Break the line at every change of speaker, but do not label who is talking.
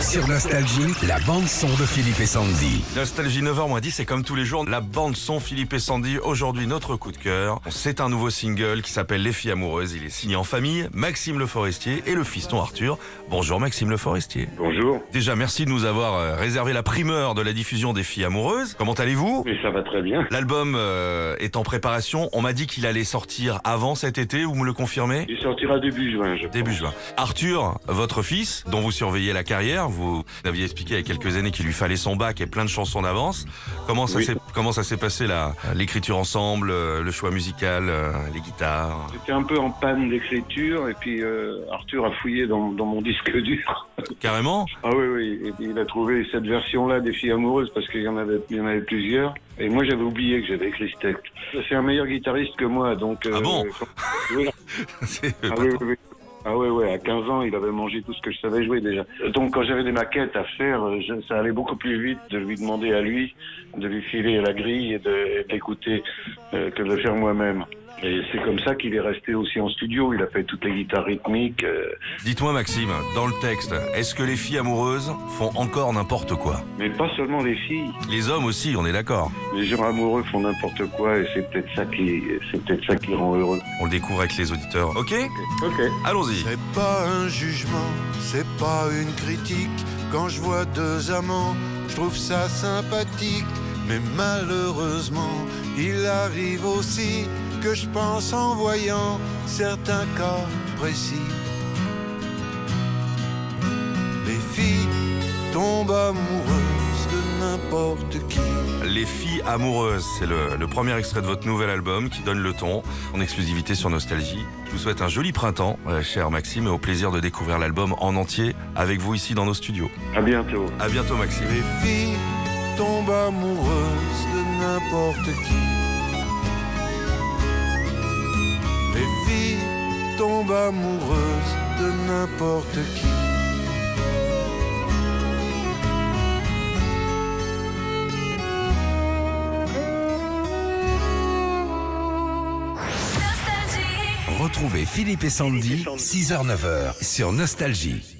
Sur Nostalgie, la bande-son de Philippe et Sandy.
Nostalgie 9h-10, c'est comme tous les jours, la bande son Philippe et Sandy. Aujourd'hui, notre coup de cœur, c'est un nouveau single qui s'appelle Les filles amoureuses. Il est signé en famille, Maxime Le Forestier et le fiston Arthur. Bonjour Maxime Le Forestier.
Bonjour,
Déjà, merci de nous avoir euh, réservé la primeur de la diffusion des filles amoureuses. Comment allez-vous
mais ça va très bien.
L'album euh, est en préparation. On m'a dit qu'il allait sortir avant cet été, vous me le confirmez
Il sortira début juin, je pense.
Début juin. Arthur, votre fils, dont vous surveillez la carrière, vous aviez expliqué il y a quelques années qu'il lui fallait son bac et plein de chansons d'avance. Comment ça
Oui.
s'est comment ça s'est passé là L'écriture ensemble, euh, le choix musical, euh, les guitares.
J'étais un peu en panne d'écriture et puis euh, Arthur a fouillé dans, dans mon disque dur.
Carrément
Ah oui, oui, et puis il a trouvé cette version-là des filles amoureuses parce qu'il y, en avait- il y en avait plusieurs. Et moi j'avais oublié que j'avais écrit ce texte. C'est un meilleur guitariste que moi, donc... euh,
Ah bon
quand- Oui,
C'est- euh,
Ah oui, oui, oui. Ah oui, oui, à 15 ans, il avait mangé tout ce que je savais jouer déjà. Donc quand j'avais des maquettes à faire, euh, je- ça allait beaucoup plus vite de lui demander à lui, de lui filer la grille et de- et d'écouter euh, que de le faire moi-même. Et c'est comme ça qu'il est resté aussi en studio. Il a fait toutes les guitares rythmiques. euh,
Dites-moi Maxime, dans le texte, est-ce que les filles amoureuses font encore n'importe quoi
mais pas seulement les filles.
Les hommes aussi, on est d'accord.
Les gens amoureux font n'importe quoi et c'est peut-être ça qui, c'est peut-être ça qui rend heureux.
On le découvre avec les auditeurs. OK
Ok.
Allons-y.
C'est pas un jugement, c'est pas une critique. Quand je vois deux amants, je trouve ça sympathique. Mais malheureusement, il arrive aussi que je pense en voyant certains cas précis. Les filles tombent amoureuses de n'importe qui.
Les filles amoureuses, c'est le, le premier extrait de votre nouvel album qui donne le ton en exclusivité sur Nostalgie. Je vous souhaite un joli printemps, euh, cher Maxime, et au plaisir de découvrir l'album en entier avec vous ici dans nos studios.
À bientôt.
À bientôt Maxime.
Les filles tombent amoureuses de n'importe qui. Les filles tombent amoureuses de n'importe qui.
Retrouvez Philippe et Sandy, 6h-9h, sur Nostalgie.